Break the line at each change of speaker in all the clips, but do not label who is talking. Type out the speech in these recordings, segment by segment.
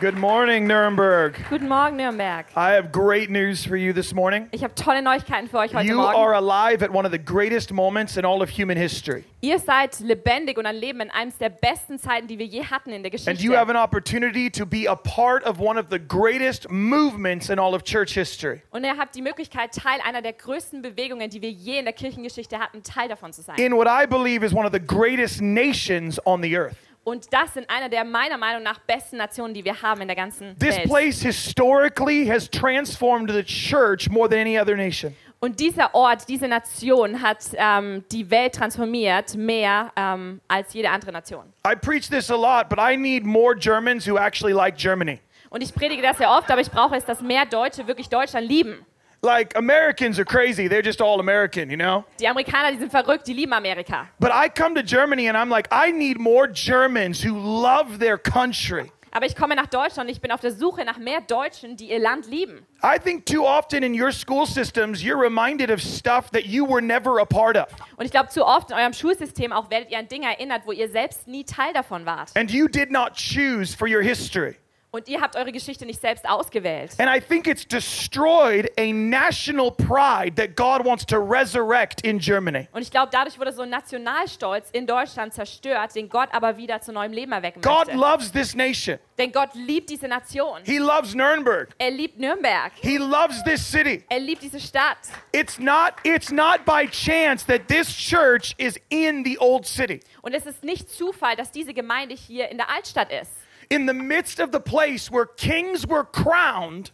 Good morning, Nuremberg.
Guten Morgen, Nürnberg.
I have great news for you this morning.
Ich habe tolle Neuigkeiten für euch heute
You
Morgen.
are alive at one of the greatest moments in all of human history.
Ihr seid lebendig und am Leben in eines der besten Zeiten, die wir je hatten in der Geschichte.
And you have an opportunity to be a part of one of the greatest movements in all of church history.
und ihr habt die Möglichkeit, Teil einer der größten Bewegungen, die wir je in der Kirchengeschichte hatten, Teil davon zu sein.
In what I believe is one of the greatest nations on the earth.
und das in einer der meiner Meinung nach besten Nationen, die wir haben in der ganzen
This
Welt.
place historically has transformed the church more than any other nation.
und dieser Ort, diese Nation hat ähm, die Welt transformiert, mehr ähm, als jede andere Nation.
I preach this a lot, but I need more Germans who actually like Germany.
Und ich predige das ja oft, aber ich brauche es, dass mehr Deutsche wirklich Deutschland lieben.
Like, Americans are crazy. They're just all American, you know?
Die Amerikaner, die sind verrückt, die lieben Amerika.
But I come to Germany and I'm like, I need more Germans who love their country.
Aber ich komme nach Deutschland und ich bin auf der Suche nach mehr Deutschen, die ihr Land lieben.
I think too often in your school systems, you're reminded of stuff that you were never a part of.
Und ich glaube, zu oft in eurem Schulsystem auch werdet ihr an Dinge erinnert, wo ihr selbst nie Teil davon wart.
And you did not choose for your history.
Und ihr habt eure Geschichte nicht selbst ausgewählt.
And I think it's destroyed a national pride that God wants to resurrect in Germany.
Und ich glaube, dadurch wurde so ein Nationalstolz in Deutschland zerstört, den Gott aber wieder zu neuem Leben erwecken
God
möchte.
loves this nation.
Denn Gott liebt diese Nation.
He loves Nuremberg.
Er liebt Nürnberg.
He loves this city.
Er liebt diese Stadt.
It's not it's not by chance that this church is in the old city.
Und es ist nicht Zufall, dass diese Gemeinde hier in der Altstadt ist.
in the midst of the place where kings were crowned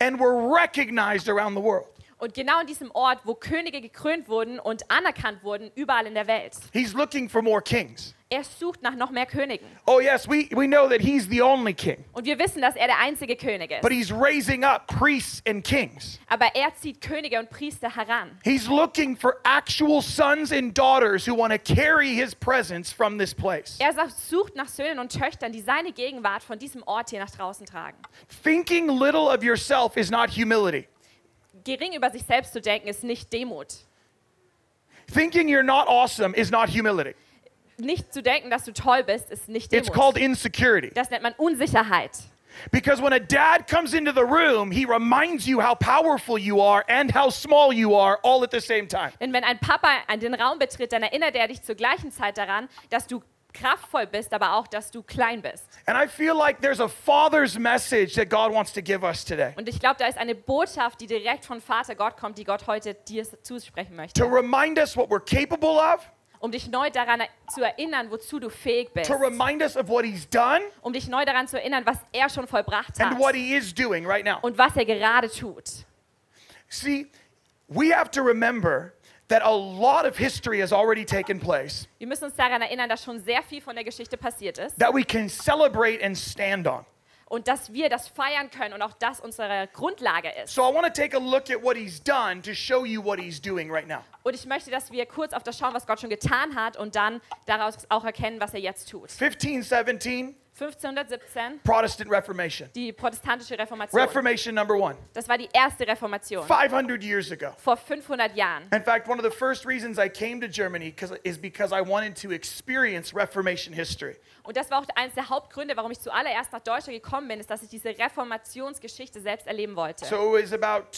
and were recognized around the world.
Und genau in diesem Ort, wo Könige gekrönt wurden und anerkannt wurden, überall in der Welt.
He's looking for more kings.
Er sucht nach noch mehr Königen.
Oh, yes, we, we know that he's the only king,
Und wir wissen, dass er der einzige König ist.
but he's raising up priests and kings.
Aber er zieht Könige und Priester heran.
He's looking for actual sons and daughters who want to carry his presence from this place.
Er sagt, sucht nach Söhnen und Töchtern, die seine Gegenwart von diesem Ort hier nach draußen tragen.
Thinking little of yourself is not humility.
Gering über sich selbst zu denken, ist nicht Demut.
Thinking you're not awesome is not humility.
Nicht zu denken, dass du toll bist, ist nicht
It's called
Demut.
insecurity.
Das nennt man Unsicherheit.
Because when a dad comes into the room, he reminds you how powerful you are and how small you are all at the same time.
Denn wenn ein Papa an den Raum betritt, dann erinnert er dich zur gleichen Zeit daran, dass du kraftvoll bist, aber auch, dass du klein bist.
And I feel like there's a father's message that God wants to give us today
Und ich glaube, da ist eine Botschaft, die direkt von Vater Gott kommt, die Gott heute dir zusprechen möchte.
to remind us what we're capable of,
um dich neu daran zu erinnern, wozu du fähig bist,
to remind us of what he's done
um dich neu daran zu erinnern, was er schon vollbracht
and
hat
what he is doing right now.
und was er gerade tut.
See, we have to remember that a lot of history has already taken place
Wir müssen uns daran erinnern, dass schon sehr viel von der Geschichte passiert ist
that we can celebrate and stand on.
und dass wir das feiern können und auch das unsere Grundlage ist.
So I want to take a look at what he's done to show you what he's doing right now.
Und ich möchte, dass wir kurz auf das schauen, was Gott schon getan hat und dann daraus auch erkennen, was er jetzt tut.
1517
1517,
Protestant Reformation.
die protestantische Reformation.
Reformation number one,
das war die erste Reformation
500 years ago.
vor 500 Jahren.
In fact, one of the first reasons I came to Germany 'cause- is because I wanted to experience Reformation history.
Und das war auch eines der Hauptgründe, warum ich zuallererst nach Deutschland gekommen bin, ist, dass ich diese Reformationsgeschichte selbst erleben wollte.
So it was about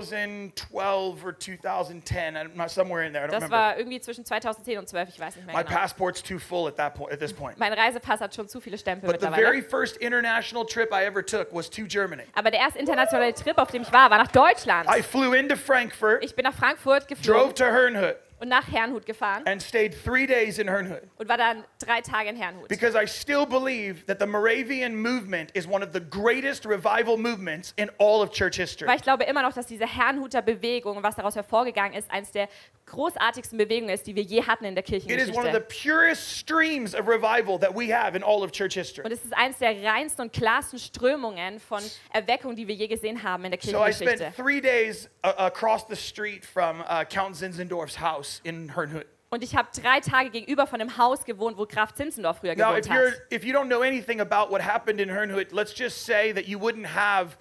2012 or 2010, I'm not somewhere in there. I don't
das
remember.
war irgendwie zwischen 2010 und 12, ich weiß nicht mehr
My
genau.
passport's too full at that point. At this point.
Mein Reisepass hat schon zu viele Stempel
But the very
mittlerweile.
first international trip I ever took was to Germany.
Aber der erste internationale Trip, auf dem ich war, war nach Deutschland.
I flew into Frankfurt,
Ich bin nach Frankfurt
drove
geflogen
to Hernhut,
und nach Herrnhut gefahren
and stayed three days in Hernhut.
und war dann drei Tage in Herrnhut.
Because I still believe that the Moravian movement is one of the greatest revival movements in all of church history.
Weil ich glaube immer noch, dass diese Herrnhuter Bewegung, was daraus hervorgegangen ist, eines der großartigsten Bewegungen ist, die wir je hatten in der
It is one of the
Kirchengeschichte.
purest streams of revival that we have in all of church history.
Und es ist eines der reinsten und klarsten Strömungen von Erweckung, die wir je gesehen haben in der
So I
Kirchengeschichte.
spent three days uh, across the street from uh, Count Zinzendorf's house in Hernhut.
Und ich habe drei Tage gegenüber von dem Haus gewohnt, wo Graf Zinzendorf früher
Now,
gewohnt
if you're
hat.
if you don't know anything about what happened in Hernhut, let's just say that you wouldn't have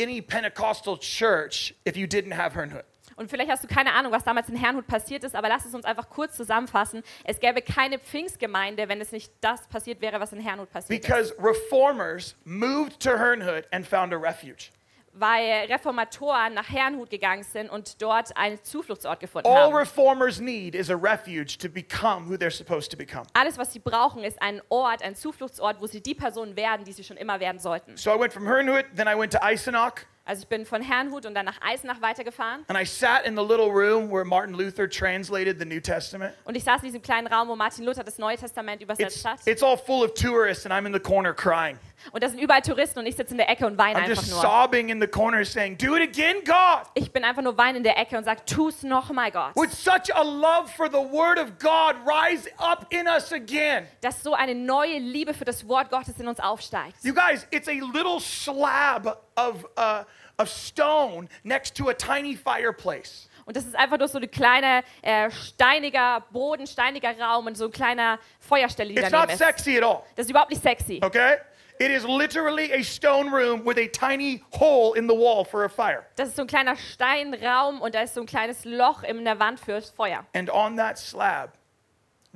any Pentecostal church if you didn't have Hernhut.
Und vielleicht hast du keine Ahnung, was damals in Herrnhut passiert ist, aber lass es uns einfach kurz zusammenfassen. Es gäbe keine Pfingstgemeinde, wenn es nicht das passiert wäre, was in Herrnhut passiert ist.
because reformers moved to Hernhood and found a refuge.
Weil Reformatoren nach Herrnhut gegangen sind und dort einen Zufluchtsort gefunden
All
haben.
reformers need is a refuge to become who they're supposed to become.
Alles, was sie brauchen, ist ein Ort, ein Zufluchtsort, wo sie die Personen werden, die sie schon immer werden sollten.
So I went from Hernhood, then I went to Eisenach,
Also ich bin von Herrnhut und dann nach Eisenach weitergefahren.
and I sat in the little room where Martin Luther translated the New Testament.
Und ich saß in diesem kleinen Raum, wo Martin Luther das Neue Testament übersetzt
It's,
hat.
it's all full of tourists, and I'm in the corner crying.
Und da sind überall Touristen und ich sitze in der Ecke und weine
I'm
einfach
just
nur.
sobbing in the corner saying, Do it again, God!
Ich bin einfach nur wein in der Ecke und sage, tu's noch, mein Gott.
Would such a love for the Word of God rise up in us again?
Dass so eine neue Liebe für das Wort Gottes in uns aufsteigt.
You guys, it's a little slab of, uh, of stone next to a tiny fireplace.
Und das ist einfach nur so ein kleiner äh, steiniger Boden, steiniger Raum und so ein kleiner Feuerstelle, die
It's
daneben
not
ist.
sexy at all,
Das ist überhaupt nicht sexy.
okay? It is literally a stone room with a tiny hole in the wall for a fire.
Das ist so ein kleiner Steinraum und da ist so ein kleines Loch in der Wand fürs Feuer.
And on that slab,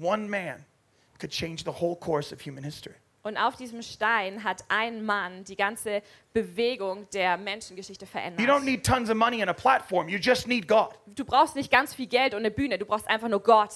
one man could change the whole course of human history.
Und auf diesem Stein hat ein Mann die ganze Bewegung der Menschengeschichte
You don't
verändert.
need tons of money and a platform, you just need God.
Du brauchst nicht ganz viel Geld und eine Bühne, du brauchst einfach nur Gott.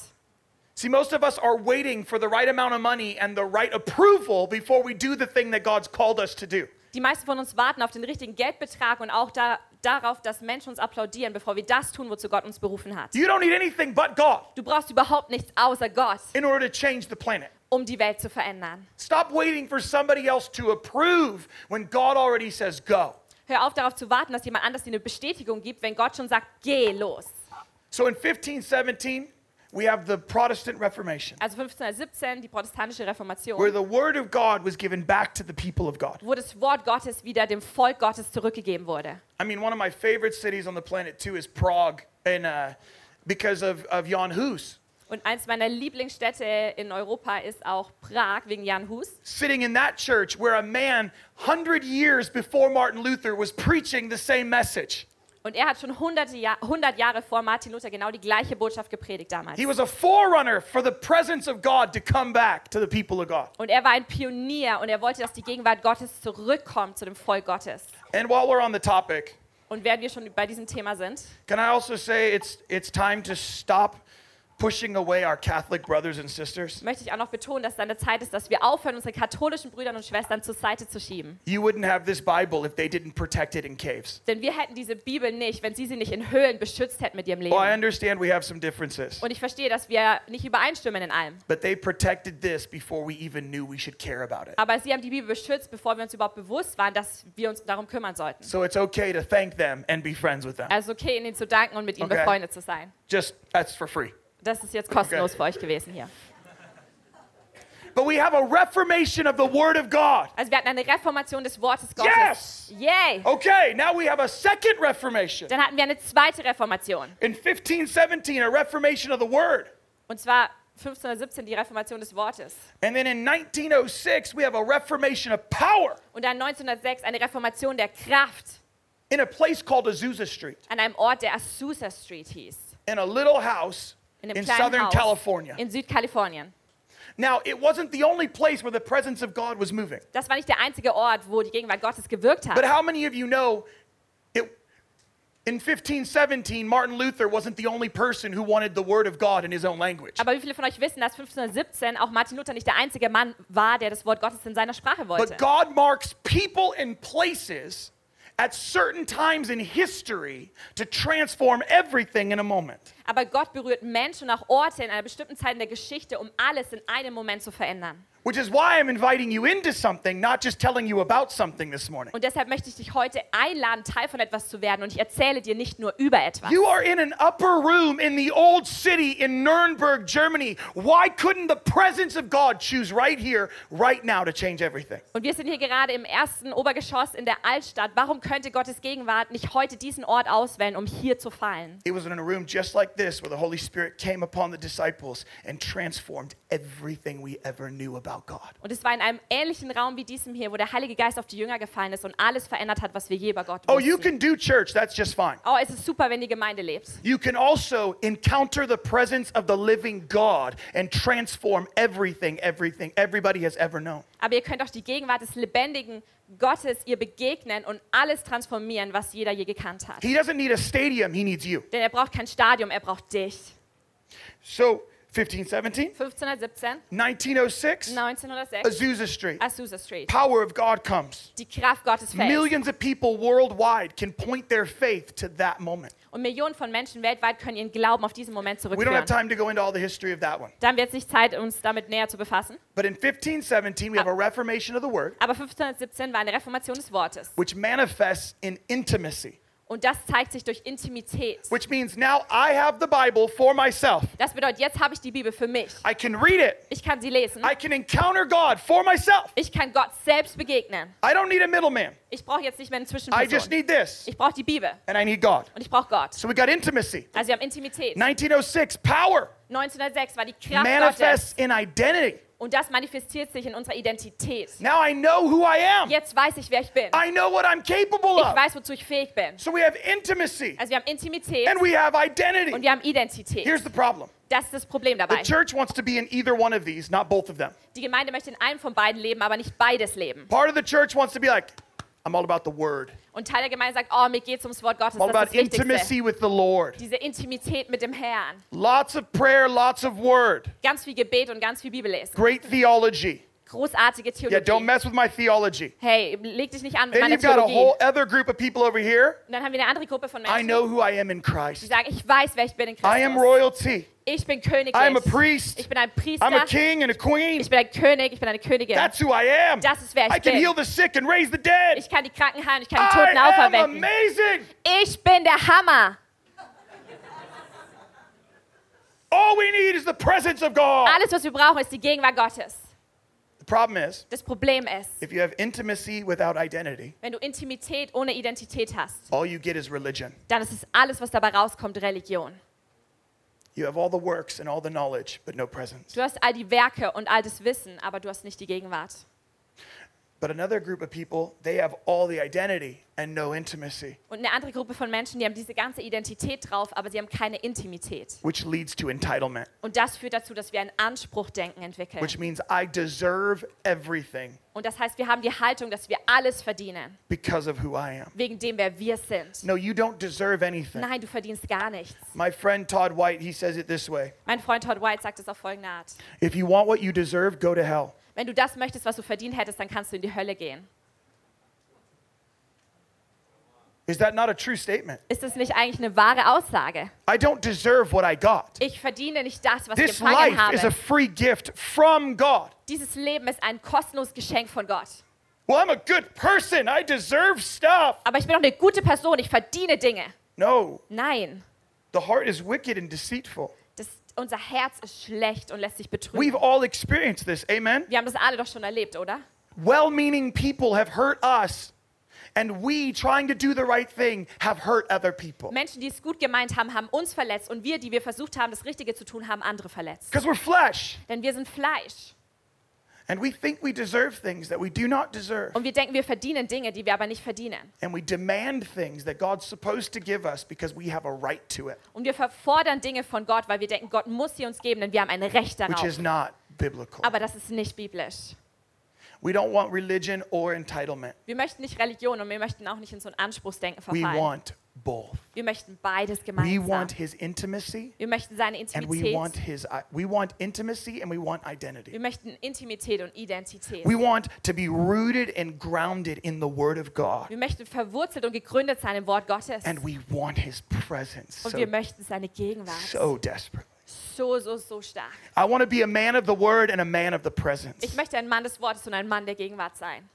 See, most of us are waiting for the right amount of money and the right approval before we do the thing that God's called us to do.
Die meisten von uns warten auf den richtigen Geldbetrag und auch da, darauf, dass Menschen uns applaudieren, bevor wir das tun, wozu Gott uns berufen hat.
You don't need anything but God
Du brauchst überhaupt nichts außer Gott,
in order to change the planet.
um die Welt zu verändern.
Stop waiting for somebody else to approve when God already says go.
Hör auf darauf zu warten, dass jemand anders dir eine Bestätigung gibt, wenn Gott schon sagt, geh los.
So in 1517, we have the Protestant Reformation,
Also 1517, die protestantische
where
Reformation,
the word of God was given back to the people of God.
wo das Wort Gottes wieder dem Volk Gottes zurückgegeben wurde.
I mean, one of my favorite cities on the planet too is Prague, and uh, because of, of Jan Hus.
Und eins meiner Lieblingsstädte in Europa ist auch Prag wegen Jan Hus.
Sitting in that church where a man 100 years before Martin Luther was preaching the same message.
Und er hat schon hunderte Jahr, 100 Jahre vor Martin Luther genau die gleiche Botschaft gepredigt damals.
He was a forerunner for the presence of God to come back to the people of God.
Und er war ein Pionier und er wollte, dass die Gegenwart Gottes zurückkommt zu dem Volk Gottes.
And while we're on the topic,
Und während wir schon bei diesem Thema sind,
Can I also say it's it's time to stop pushing away our Catholic brothers and sisters?
möchte ich auch noch betonen, dass es an der Zeit ist, dass wir aufhören, unsere katholischen Brüder und Schwestern zur Seite zu schieben.
You wouldn't have this Bible if they didn't protect it in caves.
Denn wir hätten diese Bibel nicht, wenn sie sie nicht in Höhlen beschützt hätten mit ihrem
Well, I
Leben.
understand we have some differences,
Und ich verstehe, dass wir nicht übereinstimmen in allem.
but they protected this before we even knew we should care about it.
Aber sie haben die Bibel beschützt, bevor wir uns überhaupt bewusst waren, dass wir uns darum kümmern sollten.
So it's okay to thank them and be friends with them.
Also okay, ihnen zu danken und mit ihnen
Okay.
befreundet zu sein.
Just that's for free.
Das ist jetzt kostenlos für euch gewesen hier.
But we have a reformation of the Word of God.
Also wir hatten eine Reformation des Wortes Gottes.
Yes! Oh.
Yay!
Okay, now we have a second reformation.
Dann hatten wir eine zweite Reformation.
In 1517, a reformation of the Word.
Und zwar 1517 die Reformation des Wortes.
And then in 1906, we have a reformation of power.
Und dann 1906 eine Reformation der Kraft
in a place called Azusa Street,
an einem Ort, der Azusa Street hieß.
in a little house
In
in,
einem kleinen
Southern
Haus
California.
in Südkalifornien.
now, it wasn't the only place where the presence of God was moving.
Das war nicht der einzige Ort, wo die Gegenwart Gottes gewirkt hat.
But how many of you know it? In 1517, Martin Luther wasn't the only person who wanted the word of God in his own language.
Aber wie viele von euch wissen, dass 1517 auch Martin Luther nicht der einzige Mann war, der das Wort Gottes in seiner Sprache wollte?
But God marks people and places at certain times in history to transform everything in a moment.
Aber Gott berührt Menschen und auch Orte in einer bestimmten Zeit in der Geschichte, um alles in einem Moment zu verändern.
Which is why I'm inviting you into something, not just telling you about something this morning.
Und deshalb möchte ich dich heute einladen, Teil von etwas zu werden. Und ich erzähle dir nicht nur über etwas.
You are in an upper room in the old city in Nuremberg, Germany. Why couldn't the presence of God choose right here, right now to change everything?
Und wir sind hier gerade im ersten Obergeschoss in der Altstadt. Warum könnte Gottes Gegenwart nicht heute diesen Ort auswählen, um hier zu fallen?
It was in a room just like this where the Holy Spirit came upon the disciples and transformed everything we ever knew about about God.
Und es war in einem ähnlichen Raum wie diesem hier, wo der Heilige Geist auf die Jünger gefallen ist und alles verändert hat, was wir je über Gott
Oh, you can
wussten.
do church, that's just fine.
Oh, es ist super, wenn die Gemeinde lebt.
You can also encounter the presence of the living God and transform everything, everything everybody has ever known.
Aber ihr könnt auch die Gegenwart des lebendigen Gottes ihr begegnen und alles transformieren, was jeder je gekannt hat.
He doesn't need a stadium, he needs you.
Denn er braucht kein Stadium, er braucht dich.
So, 1517,
1517,
1906,
1906,
Azusa Street.
Azusa Street.
Power of God comes.
Die Kraft Gottes fällt.
Millions of people worldwide can point their faith to that moment.
Und Millionen von Menschen weltweit können ihren Glauben auf diesen Moment
We don't have
zurückführen.
time to go into all the history of that one.
Da haben wir jetzt nicht Zeit, uns damit näher zu befassen.
But in 1517, we have a reformation of the word,
Aber 1517 war eine Reformation des Wortes.
which manifests in intimacy,
Und das zeigt sich durch Intimität.
which means now I have the Bible for myself.
Das bedeutet, jetzt habe ich die Bibel für mich.
I can read it,
Ich kann sie lesen.
I can encounter God for myself.
Ich kann Gott selbst begegnen.
I don't need a middleman.
Ich brauche jetzt nicht mehr
I
eine
just
Zwischenperson.
need this,
Ich brauche die Bibel
and I need God.
und ich brauche Gott.
So we got intimacy.
Also wir haben Intimität.
1906, power
1906 war die Kraft Gottes
manifests in identity.
und das manifestiert sich in unserer Identität.
Now I know who I am.
Jetzt weiß ich, wer ich bin.
I know what I'm capable
Ich
of.
weiß, wozu ich fähig bin.
So we have intimacy
Also wir haben Intimität
and we have identity.
und wir haben Identität.
Here's the problem
Das ist das Problem
the
dabei.
church wants to be in either one of these, not both of them.
Die Gemeinde möchte in einem von beiden leben, aber nicht beides leben.
Part of the church wants to be like, I'm all about the word,
Und Teil der Gemeinde sagt, oh, mir geht's ums Wort Gottes.
I'm all
Das ist das
about
Wichtigste.
intimacy with the Lord.
Diese Intimität mit dem Herrn.
Lots of prayer, lots of word,
Ganz viel Gebet und ganz viel Bibellesen.
great theology.
Großartige
Yeah, don't
Theologie.
mess with my theology.
Hey, leg dich nicht an mit
Then
meiner
you've got a
Theologie.
whole other group of people over here.
Und dann haben wir eine andere Gruppe von
I
Menschen,
know who I am in
die
Christ.
sagen, ich weiß, wer ich bin in
I am
Christus.
royalty.
Ich bin Königlich.
I am a priest.
Ich bin ein Priester.
I'm a king and a queen.
Ich bin ein König, ich bin eine Königin.
That's who I am.
Das ist, wer ich
I can
bin.
heal the sick and raise the dead.
Ich kann die Kranken heilen, ich kann die Toten
I am
auferwecken.
amazing.
Ich bin der Hammer.
All we need is the presence of God.
Alles, was wir brauchen, ist die Gegenwart Gottes.
The problem is,
Das Problem ist,
if you have intimacy without identity,
wenn du Intimität ohne Identität hast,
all you get is religion.
dann ist es alles, was dabei rauskommt, Religion.
You have all the works and all the knowledge, but no presence.
Du hast all die Werke und all das Wissen, aber du hast nicht die Gegenwart.
But another group of people, they have all the identity and no intimacy,
Und eine andere Gruppe von Menschen, die haben diese ganze Identität drauf, aber sie haben keine Intimität.
which leads to entitlement,
Und das führt dazu, dass wir ein Anspruchdenken entwickeln.
which means I deserve everything
Und das heißt, wir haben die Haltung, dass wir alles verdienen,
because of who I am.
wegen dem, wer wir sind.
No, you don't deserve anything.
Nein, du verdienst gar nichts.
My friend Todd White, he says it this way
Mein Freund Todd White sagt es auf folgende Art.
If you want what you deserve, go to hell.
Wenn du das möchtest, was du verdient hättest, dann kannst du in die Hölle gehen.
Is that not a true statement?
Ist das nicht eigentlich eine wahre Aussage?
I don't deserve what I got.
Ich verdiene nicht das, was ich
This
empfangen
life is a
habe.
free gift from God.
Dieses Leben ist ein kostenloses Geschenk von Gott.
Well, I'm a good person. I deserve stuff.
Aber ich bin doch eine gute Person, ich verdiene Dinge.
No,
Nein,
the heart is wicked and deceitful.
das, unser Herz ist schlecht und lässt sich
We've
betrügen.
all experienced this. Amen.
Wir haben das alle doch schon erlebt, oder?
Well meaning people have hurt us, and we, trying to do the right thing, have hurt other people.
Menschen, die es gut gemeint haben, haben uns verletzt und wir, die wir versucht haben, das Richtige zu tun, haben andere verletzt.
Because we're flesh,
Denn wir sind Fleisch
and we think we deserve things that we do not deserve.
und wir denken, wir verdienen Dinge, die wir aber nicht verdienen.
And we demand things that God's supposed to give us because we have a right to it,
Und wir verfordern Dinge von Gott, weil wir denken, Gott muss sie uns geben, denn wir haben ein Recht
which
darauf.
is not biblical.
Aber das ist nicht biblisch.
We don't want religion or entitlement.
Wir möchten nicht Religion und wir möchten auch nicht in so ein Anspruchsdenken
We
verfallen.
want both.
Wir möchten beides
We
gemeinsam.
want his intimacy
Wir möchten seine
and we want
Intimität.
his i- we want intimacy and we want
Wir
identity.
möchten Intimität und Identität.
We want to be rooted and grounded in the word of God
Wir möchten verwurzelt und gegründet sein im Wort Gottes.
and we want his presence
Und wir
so,
möchten seine Gegenwart.
so desperately.
So, so, so stark.
I want to be a man of the word and a man of the presence.
Ich möchte ein Mann des Wortes und ein Mann der Gegenwart sein.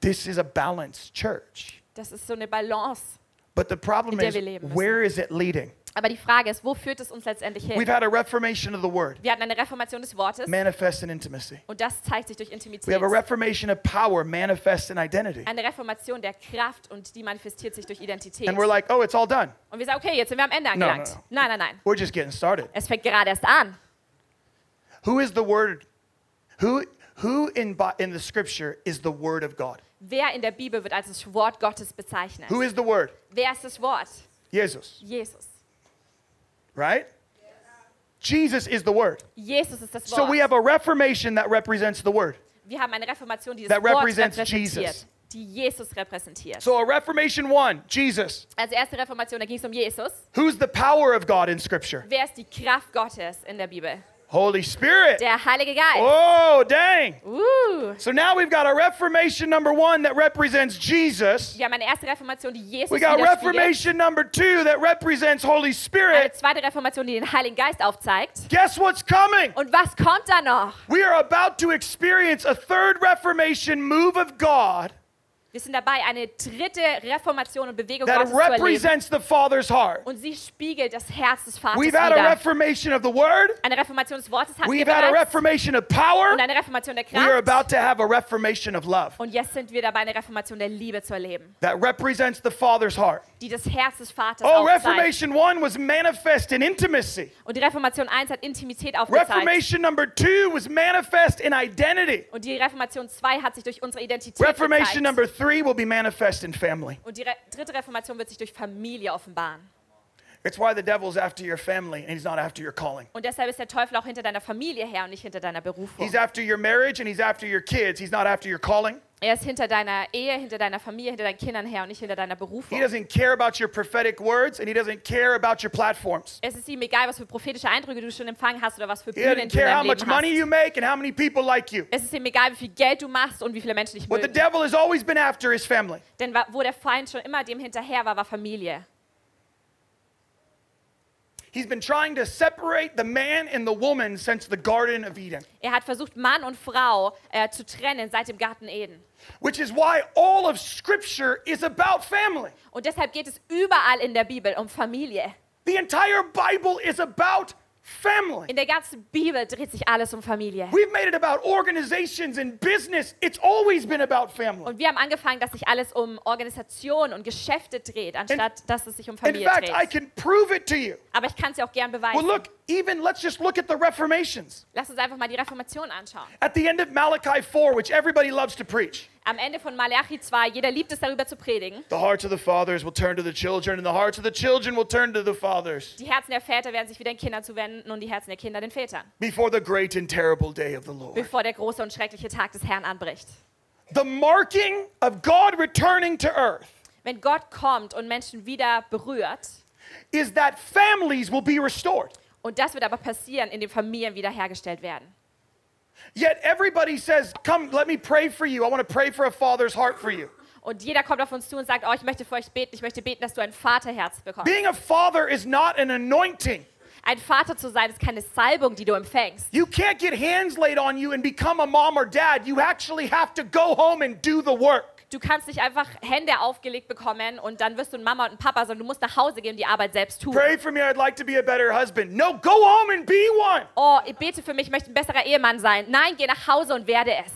This is a balanced church.
Das ist so eine Balance.
But the problem
In der
is
wir leben müssen.
where is it leading?
Aber die Frage ist, wo führt es uns letztendlich
We've
hin?
had a reformation of the word
Wir hatten eine Reformation des Wortes
manifest in intimacy.
und das zeigt sich durch
We have a
Intimität.
reformation of power manifest in identity.
eine Reformation der Kraft und die manifestiert sich durch Identität.
And we're like, "Oh, it's all done.
und wir sagen, okay, jetzt sind wir am Ende
No,
angelangt.
no, no.
Nein, nein, nein.
We're just getting started."
Es fängt gerade erst an.
Who is the word? Who Who in, Bi- in the scripture is the word of God?
Wer in der Bibel wird als das Wort Gottes bezeichnet?
Who is the word?
Wer ist das Wort?
Jesus,
Jesus.
right? Jesus is the word.
Jesus ist das Wort.
So we have a reformation that represents the word.
Wir haben eine Reformation, die
That
das Wort
represents
repräsentiert.
Jesus.
Die Jesus repräsentiert.
So a reformation one, Jesus.
Also erste Reformation, da ging es um Jesus.
Who's the power of God in scripture?
Wer ist die Kraft Gottes in der Bibel?
Holy Spirit.
Der Heilige Geist.
Oh, dang.
Uh.
So now we've got a reformation number one that represents Jesus.
Wir haben eine erste Reformation, die Jesus
We got
widerspiegelt.
reformation number two that represents Holy
Eine
Spirit.
zweite Reformation, die den Heiligen Geist aufzeigt.
Guess what's coming?
Und was kommt da noch?
We are about to experience a third reformation move of God
Wir sind dabei, eine dritte Reformation und Bewegung
that
Gottes zu erleben.
represents the Father's heart.
Und sie spiegelt das Herz des Vaters
We've had a
wider.
reformation of the Word.
Eine Reformation des Wortes hatten wir
We've had a
bereits
reformation of power.
und eine Reformation der
We are
Kraft.
about to have a reformation of love
Und jetzt sind wir dabei, eine Reformation der Liebe zu erleben,
that represents the Father's heart.
die das Herz des Vaters
Oh,
aufzeigt.
Reformation 1 was manifest in intimacy.
Und die Reformation 1 hat Intimität aufgezeigt.
Reformation number 2 was manifest in identity.
Und die Reformation 2 hat sich durch unsere Identität
Reformation
gezeigt.
number 3 will be manifest in family.
Und die Re dritte Reformation wird sich durch Familie offenbaren.
It's why the devil's after your family and he's not after your calling.
Und deshalb ist der Teufel auch hinter deiner Familie her und nicht hinter deiner Berufung.
He's after your marriage and he's after your kids. He's not after your calling.
Er ist hinter deiner Ehe, hinter deiner Familie, hinter deinen Kindern her und nicht hinter deiner
He
Berufung.
doesn't care about your prophetic words and he doesn't care about your platforms.
Es ist ihm egal, was für prophetische Eindrücke du schon empfangen hast oder was für
He
Bühnen
doesn't
du in
care how
deinem
much
Leben
money
hast.
you make and how many people like you.
Es ist ihm egal, wie viel Geld du machst und wie viele Menschen dich
What the
mögen.
devil has always been after is family.
Denn wa- wo der Feind schon immer dem hinterher war, war Familie.
He's been trying to separate the man and the woman since the Garden of Eden,
Er hat versucht, Mann und Frau äh, zu trennen seit dem Garten Eden.
which is why all of Scripture is about family.
Und deshalb geht es überall in der Bibel um Familie.
The entire Bible is about family.
In der ganzen Bibel dreht sich alles um Familie.
We've made it about organizations and business. It's always been about family.
Und wir haben angefangen, dass sich alles um Organisation und Geschäfte dreht, anstatt dass es sich um
In
Familie
fact, I
dreht.
can prove it to you.
Aber ich kann es ja auch gern beweisen.
Well, look, even let's just look at the Reformations.
Lass uns einfach mal die Reformation anschauen.
At the end of Malachi 4, which everybody loves to preach,
Am Ende von Malachi 2, jeder liebt es, darüber zu predigen.
the hearts of the fathers will turn to the children, and the hearts of the children will turn to the fathers
Die Herzen der Väter werden sich wieder den Kindern zuwenden und die Herzen der Kinder den Vätern,
before the great and terrible day of the Lord.
bevor der große und schreckliche Tag des Herrn anbricht.
The marking of God returning to earth
Wenn Gott kommt und Menschen wieder berührt,
is that families will be restored.
und das wird aber passieren, in den Familien wiederhergestellt werden.
Yet everybody says, Come, let me pray for you. I want to pray for a father's heart for you.
Und jeder kommt auf uns zu und sagt, oh, ich möchte für euch beten, ich möchte beten, dass du ein Vaterherz bekommst.
Being a father is not an anointing.
Ein Vater zu sein ist keine Salbung, die du empfängst.
You can't get hands laid on you and become a mom or dad. You actually have to go home and do the work.
Du kannst nicht einfach Hände aufgelegt bekommen und dann wirst du ein Mama und ein Papa, sondern du musst nach Hause gehen und die Arbeit selbst tun.
Pray for me, I'd like to be a better husband. No, go home and be one.
Oh, ich bete für mich, ich möchte ein besserer Ehemann sein. Nein, geh nach Hause und werde es.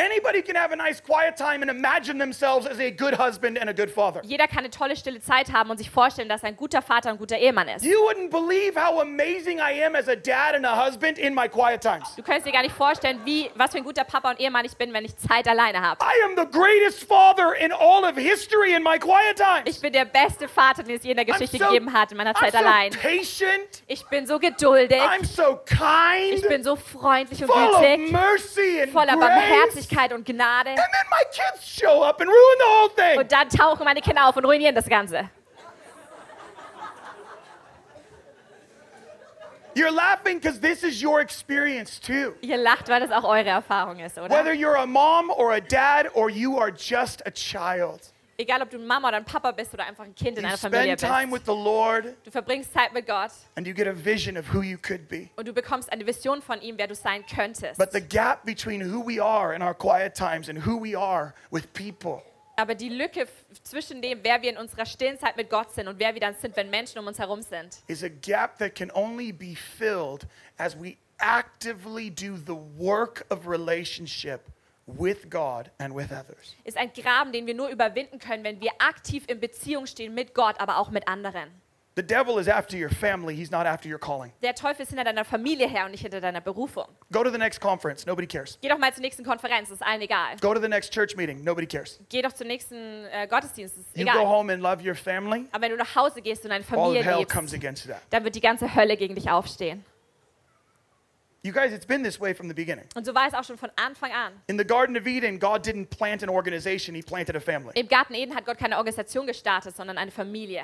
Anybody can have a nice quiet time and imagine themselves as a good husband and a good father.
Jeder kann eine tolle, stille Zeit haben und sich vorstellen, dass er ein guter Vater und guter Ehemann ist.
You wouldn't believe how amazing I am as a dad and a husband in my quiet times.
Du kannst dir gar nicht vorstellen, wie, was für ein guter Papa und Ehemann ich bin, wenn ich Zeit alleine habe.
I am the greatest father in all of history in my quiet times.
Ich bin der beste Vater, den es je in der Geschichte gegeben hat, in meiner
I'm
Zeit
so
allein.
patient.
Ich bin so geduldig.
I'm so kind.
Ich bin so freundlich und
full of
gütig,
mercy and
voller
grace.
Barmherzigkeit und Gnade.
And then my kids show up and ruin the whole thing.
Und dann tauchen meine Kinder auf und ruinieren das Ganze.
You're laughing because this is your experience too.
Ihr lacht, weil das auch eure Erfahrung ist,
Whether
oder?
you're a mom or a dad or you are just a child,
Egal, ob du Mama oder ein Papa bist oder einfach ein Kind in
you
einer Familie
spend time
bist.
with the Lord
Du verbringst Zeit mit Gott
and you get a vision of who you could be.
und du bekommst eine Vision von ihm, wer du sein könntest.
But the gap between who we are in our quiet times and who we are with people
Aber die Lücke f- zwischen dem, wer wir in unserer stillen Zeit mit Gott sind und wer wir dann sind, wenn Menschen um uns herum sind,
is a gap that can only be filled as we actively do the work of relationship with God and with others.
ist ein Graben, den wir nur überwinden können, wenn wir aktiv in Beziehung stehen mit Gott, aber auch mit anderen.
The devil is after your family, he's not after your calling.
Der Teufel ist hinter deiner Familie her und nicht hinter deiner Berufung.
Go to the next conference, nobody cares.
Geh doch mal zur nächsten Konferenz, ist allen egal.
Go to the next church meeting, nobody cares.
Geh doch zum nächsten äh, Gottesdienst, ist
You go
egal.
home and love your family,
Aber wenn du nach Hause gehst und deine
all
Familie
of hell
liebst,
comes against that.
dann wird die ganze Hölle gegen dich aufstehen.
You guys, it's been this way from the beginning.
Und so war es auch schon von Anfang an.
In the Garden of Eden, God didn't plant an organization, He planted a family.
Im Garten Eden hat Gott keine Organisation gestartet, sondern eine Familie.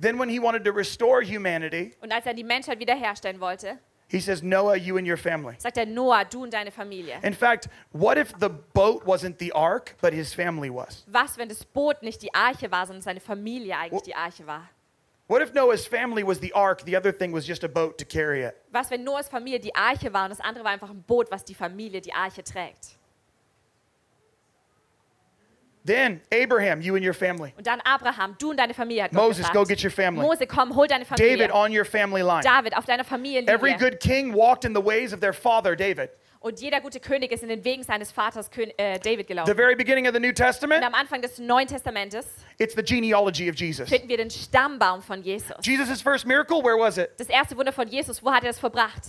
Then, when He wanted to restore humanity,
Und als er die Menschheit wiederherstellen wollte,
He says, Noah, you and your family.
sagt er Noah, du und deine Familie.
In fact, what if the boat wasn't the ark, but His family was?
Was, wenn das Boot nicht die Arche war, sondern seine Familie eigentlich die Arche war?
What if Noah's family was the ark, the other thing was just a boat to carry it?
Was, wenn Noahs Familie die Arche war und das andere war einfach ein Boot, was die Familie die Arche trägt?
Then, Abraham, you and your family.
Und dann Abraham, du und deine Familie hat Gott
Moses, go
gefragt.
get your family.
Mose, komm, hol deine Familie.
David, on your family line.
David, auf deiner Familienlinie.
Every good king walked in the ways of their father, David.
und jeder gute König ist in den Wegen seines Vaters Kön äh, David
The
gelaufen.
very beginning of the New
Und
Testament,
am Anfang des Neuen Testamentes
it's the genealogy of Jesus.
finden wir den Stammbaum von Jesus.
Jesus' first miracle, where was it?
Das erste Wunder von Jesus, wo hat er das verbracht?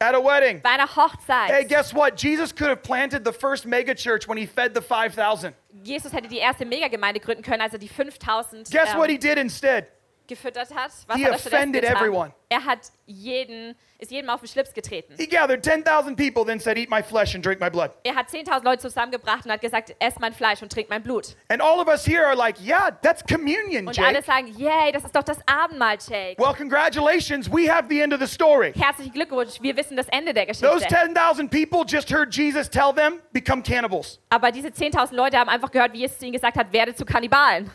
At a wedding.
Bei einer Hochzeit.
Hey, guess what? Jesus could have planted the first mega church when he fed the 5,000.
Jesus hätte die erste Megagemeinde gründen können, als er die 5000
Guess
ähm,
what he did instead?
gefüttert hat. Was
He
hat er stattdessen
offended
getan?
everyone.
Er hat jeden, ist jedem auf den Schlips getreten.
He gathered 10,000 people, then said, Eat my flesh and drink my blood.
Er hat 10.000 Leute zusammengebracht und hat gesagt, ess mein Fleisch und trink mein Blut.
And all of us here are like, Yeah, that's communion,
Und alle
Jake.
sagen, yay, das ist doch das Abendmahl, Jake.
Well, congratulations, we have the end of the story.
Herzlichen Glückwunsch, wir wissen das Ende der Geschichte.
Those 10,000 people just heard Jesus tell them, Become cannibals.
Aber diese 10.000 Leute haben einfach gehört, wie Jesus ihnen gesagt hat, werde zu Kannibalen.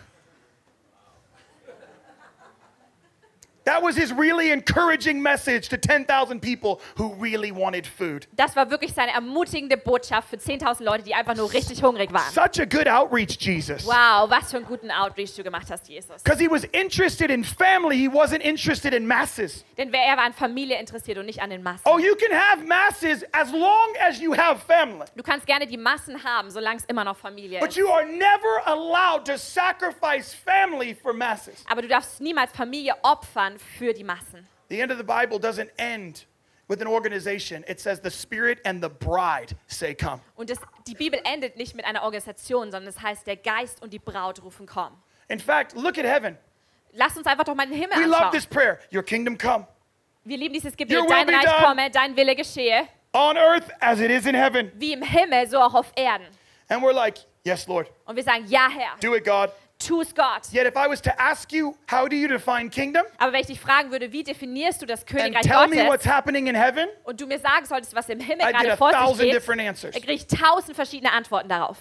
That was his really encouraging message to 10,000 people who really wanted food.
Das war wirklich seine ermutigende Botschaft für 10.000 Leute, die einfach nur richtig hungrig waren.
Such a good outreach, Jesus.
Wow, was für einen guten Outreach du gemacht hast, Jesus.
Because he was interested in family, he wasn't interested in masses.
Denn wer- er war an Familie interessiert und nicht an den Massen.
Oh, you can have masses as long as you have family,
Du kannst gerne die Massen haben, solange es immer noch Familie
but
ist.
you are never allowed to sacrifice family for masses.
Aber du darfst niemals Familie opfern für die Massen.
The end of the Bible doesn't end with an organization, it says the spirit and the bride say, Come.
Und das, die Bibel endet nicht mit einer Organisation, sondern es heißt, der Geist und die Braut rufen, komm.
In fact, look at heaven.
Lass uns einfach doch mal den Himmel
We love this
anschauen.
prayer Your kingdom come
Wir lieben dieses
Your
Gebet,
will
dein
be
Reich
done.
komme, dein Wille geschehe,
on earth as it is in heaven.
wie im Himmel, so auch auf Erden.
And we're like, Yes, Lord,
Und wir sagen, ja Herr,
do it, God.
tu es Gott.
Yet if I was to ask you, How do you define kingdom?
Aber wenn ich dich fragen würde, wie definierst du das
And
Königreich
tell me
Gottes
what's happening in heaven,
und du mir sagen solltest, was im Himmel
I get
gerade
a
vor sich
thousand
geht,
different answers.
dann kriege ich tausend verschiedene Antworten darauf.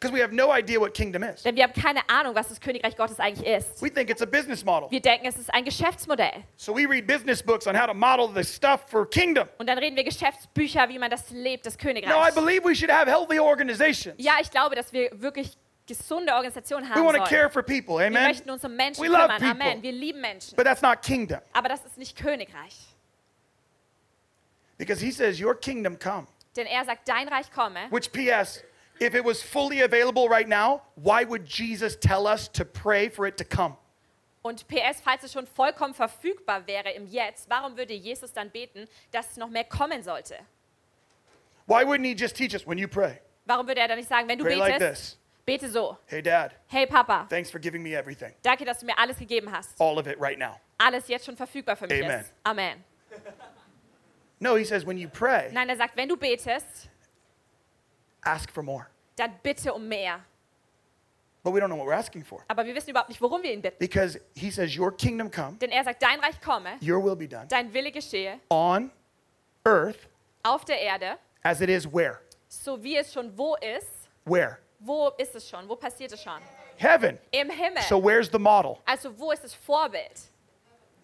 Because we have no idea what kingdom is.
Denn wir haben keine Ahnung, was das Königreich Gottes eigentlich ist.
We think it's a business model.
Wir denken, es ist ein Geschäftsmodell.
So we read business books on how to model this stuff for kingdom.
Und dann reden wir Geschäftsbücher, wie man das lebt, das
No, I
Königreich.
believe we should have healthy organizations.
ja, ich glaube, dass wir wirklich gesunde Organisationen
We
haben
want to
sollen.
care for people,
wir
amen?
möchten uns um Menschen
We love
kümmern.
people.
Amen. Wir lieben Menschen.
But that's not kingdom.
Aber das ist nicht Königreich.
Because he says, Your kingdom come.
Denn er sagt, dein Reich komme.
Which, P.S., if it was fully available right now, why would Jesus tell us to pray for it to come?
Und PS, falls es schon vollkommen verfügbar wäre im Jetzt, warum würde Jesus dann beten, dass es noch mehr kommen sollte?
Why wouldn't he just teach us when you pray?
Warum würde er dann nicht sagen, wenn du
Pray like
betest,
this
bete so.
Hey, Dad,
Hey Papa,
thanks for giving me everything.
danke, dass du mir alles gegeben hast.
All of it right now.
Alles jetzt schon verfügbar für mich
Amen.
ist. Amen.
No, he says, when you pray,
Nein, er sagt, wenn du betest,
ask for more.
dann bitte um mehr.
But we don't know what we're asking for.
Aber wir wissen überhaupt nicht, worum wir ihn bitten.
Because he says, Your kingdom come,
Denn er sagt, dein Reich komme,
your will be done
dein Wille geschehe,
on earth
auf der Erde,
as it is where?
so wie es schon wo ist.
Where?
Wo ist es schon? Wo passiert es schon?
Heaven.
Im Himmel.
So where's the model?
also wo ist das Vorbild?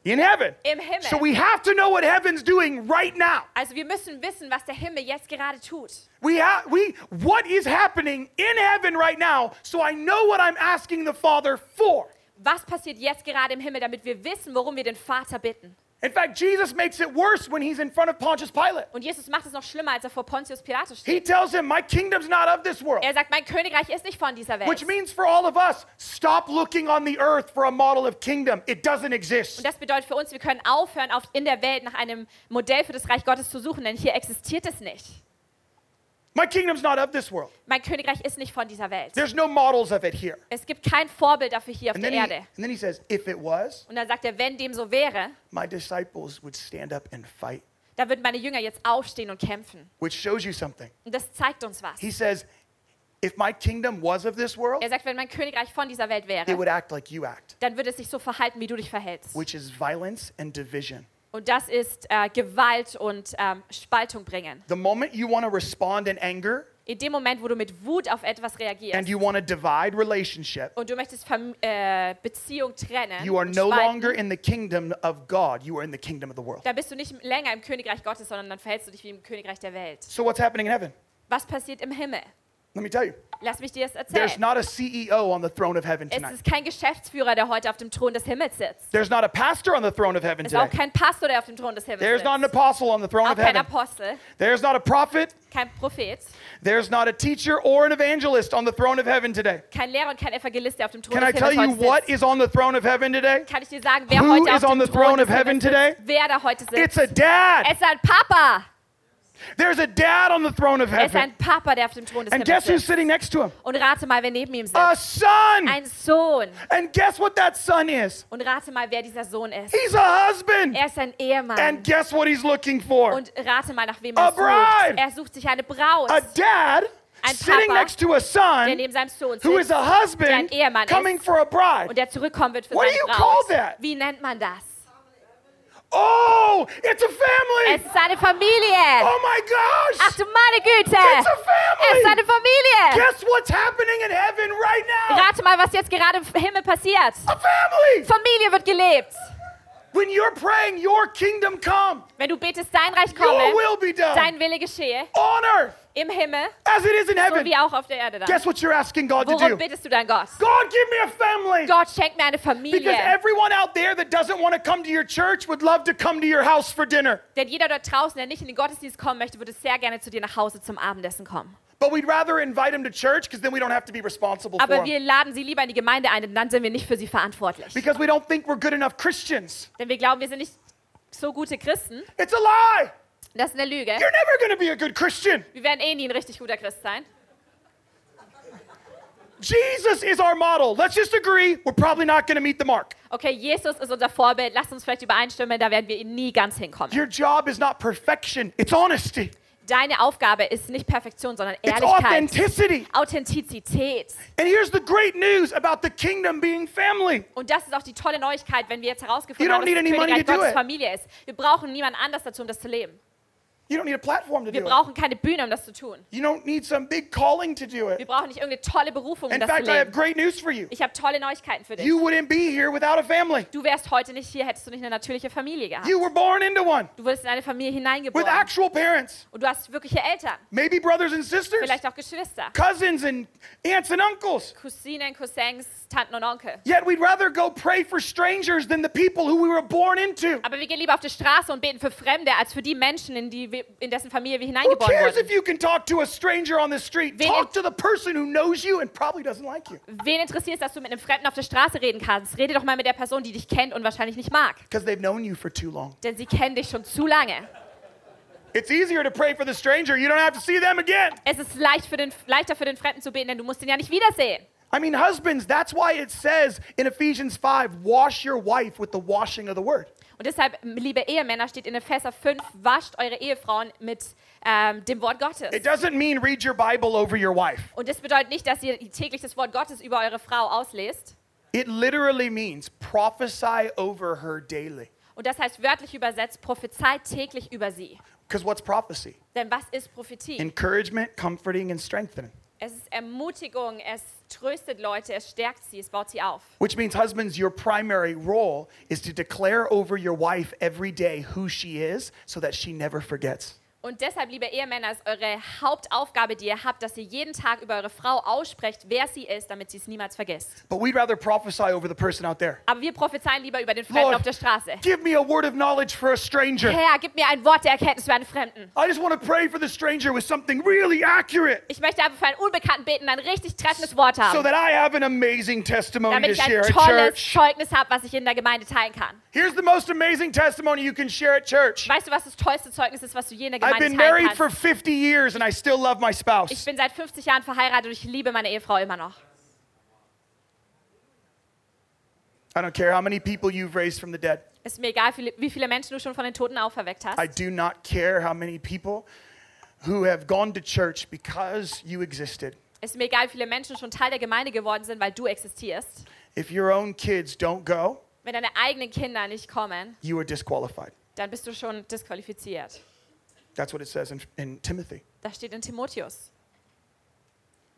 In heaven.
Im Himmel.
So we have to know what heaven's doing right now.
also wir müssen wissen, was der Himmel jetzt gerade tut.
We have we what is happening in heaven right now so I know what I'm asking the Father for.
Was passiert jetzt gerade im Himmel, damit wir wissen, worum wir den Vater bitten?
In fact, Jesus makes it worse when he's in front of Pontius Pilate.
Und Jesus macht es noch schlimmer, als er vor Pontius Pilatus steht.
He tells him, My kingdom's not of this world.
Er sagt, mein Königreich ist nicht von dieser Welt.
Which means for all of us, stop looking on the earth for a model of kingdom. It doesn't exist.
Und das bedeutet für uns, wir können aufhören, auf, in der Welt nach einem Modell für das Reich Gottes zu suchen, denn hier existiert es nicht.
My kingdom's not of this world.
Mein Königreich ist nicht von dieser Welt.
There's no models of it here.
Es gibt kein Vorbild dafür hier auf
And
der
then, he,
Erde.
and then he says, If it was,
Und dann sagt er, wenn dem so wäre,
my disciples would stand up and fight,
dann würden meine Jünger jetzt aufstehen und kämpfen.
which shows you something.
Und das zeigt uns was.
He says, If my kingdom was of this world,
Er sagt, wenn mein Königreich von dieser Welt
it
wäre,
would act like you act,
dann würde es sich so verhalten, wie du dich verhältst.
which is violence and division.
Und das ist äh, Gewalt und ähm, Spaltung bringen.
The moment you want to respond in anger
In dem Moment, wo du mit Wut auf etwas
and
reagierst
you want to divide relationship,
und du möchtest Fam äh, Beziehung trennen,
you are
und
no
spalten,
longer in the kingdom of God, you are in the kingdom of the world.
dann bist du nicht länger im Königreich Gottes, sondern dann verhältst du dich wie im Königreich der Welt.
So, what's happening in heaven?
Was passiert im Himmel?
Let me tell you.
Lass mich dir das
There's
erzählen.
not a CEO on the throne of heaven
Es
tonight.
ist kein Geschäftsführer, der heute auf dem Thron des Himmels sitzt.
There's not a pastor on the throne of heaven
Es ist auch
today.
kein Pastor, der auf dem Thron des Himmels
There's
sitzt.
not an apostle on the throne
auch
of
kein
heaven.
Apostel,
There's not a prophet.
kein Prophet,
There's not a teacher or an evangelist on the throne of heaven today.
kein Lehrer und kein Evangelist, der auf dem Thron
Can I
des
tell
Himmels
you
heute
what
sitzt.
is on the throne of heaven today?
Kann ich dir sagen, wer
Who
heute
is
auf dem
on the throne
Thron
of
des
heaven
Himmels
today?
sitzt, wer da heute sitzt.
It's a dad.
Es ist ein Papa.
There's a dad on the throne of
Es ist
heaven.
ein Papa, der auf dem Thron des
And
Himmels
guess who's Ah.
sitzt.
sitting next to him?
Und rate mal, wer neben ihm sitzt.
A son.
Ein Sohn.
And guess what that son is?
Und rate mal, wer dieser Sohn ist.
He's a husband.
Er ist ein Ehemann.
And guess what he's looking for?
Und rate mal, nach wem
A
er sucht.
bride.
Er sucht sich eine Braut,
A dad
Ein
sitting
Papa,
next to a
der
son
neben seinem Sohn
who is
sitzt
a husband
der ein Ehemann
coming
ist.
for a
und
bride.
der zurückkommen wird für
What do
seine
you
Braut.
call that?
Wie nennt man das?
Oh, it's a
Es
family.
ist eine Familie.
Oh my
Ach
gosh.
du meine Güte.
It's a
Es ist
family.
eine Familie.
Guess what's happening in heaven right now?
Rate mal, was jetzt gerade im Himmel passiert.
A family.
Familie wird gelebt.
When you're praying, your kingdom come,
Wenn du betest, dein Reich komme,
your will be done
dein Wille geschehe,
on earth
im Himmel,
as it is in
so
heaven.
wie auch auf der Erde dann.
Guess what you're asking God to
Worum
do?
bittest du dann Gott?
God, give me a family.
Gott, schenk mir eine
Because
Familie.
everyone out there that doesn't want to come to your church would love to come to your house for dinner.
Denn jeder dort draußen, der nicht in den Gottesdienst kommen möchte, würde sehr gerne zu dir nach Hause zum Abendessen kommen.
But we'd rather invite them to church because then we don't have to be responsible for them.
Aber wir laden sie lieber in die Gemeinde ein, denn dann sind wir nicht für sie verantwortlich.
Because we don't think we're good enough Christians.
Denn wir glauben, wir sind nicht so gute Christen.
It's a lie.
Das ist eine Lüge.
You're never going to be a good Christian.
Wir werden eh nie ein richtig guter Christ sein.
Jesus is our model. Let's just agree we're probably not going to meet the mark.
Okay, Jesus ist unser Vorbild. Lasst uns vielleicht übereinstimmen, da werden wir nie ganz hinkommen.
Your job is not perfection, it's honesty,
Deine Aufgabe ist nicht Perfektion, sondern
it's
Ehrlichkeit.
authenticity.
Authentizität.
And here's the great news about the kingdom being family.
Und das ist auch die tolle Neuigkeit, wenn wir jetzt
You
herausgefunden
don't
haben, dass
need
das
anybody
Königreich
to do
Gottes
it.
Familie ist. Wir brauchen niemand anders dazu, um das zu leben.
You don't need a platform to
Wir
do it,
brauchen keine Bühne, um das zu tun.
you don't need some big calling to do
Wir
it.
brauchen nicht irgendeine tolle Berufung, um
In
das zu
fact, I have
leben.
great news for you.
Ich habe tolle Neuigkeiten für dich.
You wouldn't be here without a family.
Du wärst heute nicht hier, hättest du nicht eine natürliche Familie gehabt.
You were born into one
Du wurdest in eine Familie
with
hineingeboren.
actual parents,
Und du hast wirkliche Eltern.
maybe brothers and sisters,
Vielleicht auch Geschwister.
cousins and aunts and uncles.
Cousinen, Cousins, Tanten und Onkel.
Yet we'd rather go pray for strangers than the people who we were born into.
Aber wir gehen lieber auf die Straße und beten für Fremde, als für die Menschen, in, die wir, in dessen Familie wir
Who
hineingeboren
cares if
wurden.
you can talk to a stranger on the street?
Wen-
Talk to the person who knows you and probably doesn't like you
Wen interessiert es, dass du mit einem Fremden auf der Straße reden kannst? Rede doch mal mit der Person, die dich kennt und wahrscheinlich nicht mag.
because they've known you for too long.
Denn sie kennen dich schon zu lange.
It's easier to pray for the stranger. You don't have to see them again.
Es ist leicht für den, leichter für den Fremden zu beten, denn du musst ihn ja nicht wiedersehen.
I mean, husbands, that's why it says in Ephesians 5 wash your wife with the washing of the word.
Und deshalb, liebe Ehemänner, steht in Epheser 5, wascht eure Ehefrauen mit ähm, dem Wort Gottes.
It doesn't mean read your Bible over your wife.
Und das bedeutet nicht, dass ihr täglich das Wort Gottes über eure Frau auslest.
It literally means prophesy over her daily.
Und das heißt wörtlich übersetzt, prophezeit täglich über sie.
Because what's prophecy?
Denn was ist Prophetie?
Encouragement, comforting, and strengthening.
Es ist Ermutigung, es tröstet Leute, es stärkt sie, es baut sie auf.
Which means, husbands, your primary role is to declare over your wife every day who she is so that she never forgets.
Und deshalb, liebe Ehemänner, ist eure Hauptaufgabe, die ihr habt, dass ihr jeden Tag über eure Frau aussprecht, wer sie ist, damit sie es niemals vergisst.
But we'd rather prophesy over the person out there.
Aber wir prophezeien lieber über den Fremden
Lord,
auf der Straße.
Give me a word of knowledge for a stranger.
Herr, gib mir ein Wort der Erkenntnis für einen Fremden.
I just want to pray for the stranger with something really accurate
Ich möchte einfach für einen Unbekannten beten, ein richtig treffendes Wort
so
haben,
that I have an amazing testimony
damit
to
ich ein
share at
tolles
church.
Zeugnis habe, was ich in der Gemeinde teilen kann.
Here's the most amazing testimony you can share at church.
Weißt du, was das tollste Zeugnis ist, was du je in der
I've
Gemeinde
been
teilen
married
kannst?
for 50 years and I still love my
Ich
spouse.
bin seit 50 Jahren verheiratet und ich liebe meine Ehefrau immer noch.
I don't care how many people you've raised from the dead.
Ist mir egal, viele- wie viele Menschen du schon von den Toten auferweckt hast.
I do not care how many people who have gone to church because you existed.
Ist mir egal, wie viele Menschen schon Teil der Gemeinde geworden sind, weil du existierst.
If your own kids don't go,
Wenn deine eigenen Kinder nicht kommen,
you are disqualified.
dann bist du schon disqualifiziert.
That's what it says in, in Timothy.
Das steht in Timotheus.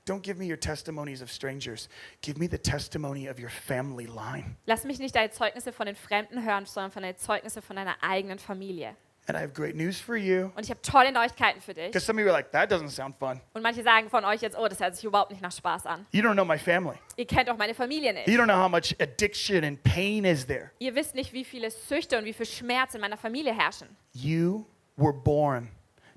Don't give me your testimonies of strangers. Give me the testimony of your family line.
Lass mich nicht deine Zeugnisse von den Fremden hören, sondern von den Zeugnisse von deiner eigenen Familie.
And I have great news for you.
Und ich habe tolle Neuigkeiten für dich.
Because some of you are like, that doesn't sound fun.
Und manche sagen von euch jetzt, oh, das hört sich überhaupt nicht nach Spaß an.
You don't know my family.
Ihr kennt auch meine Familie nicht.
You don't know how much addiction and pain is there.
Ihr wisst nicht, wie viele Süchte und wie viel Schmerz in meiner Familie herrschen.
You were born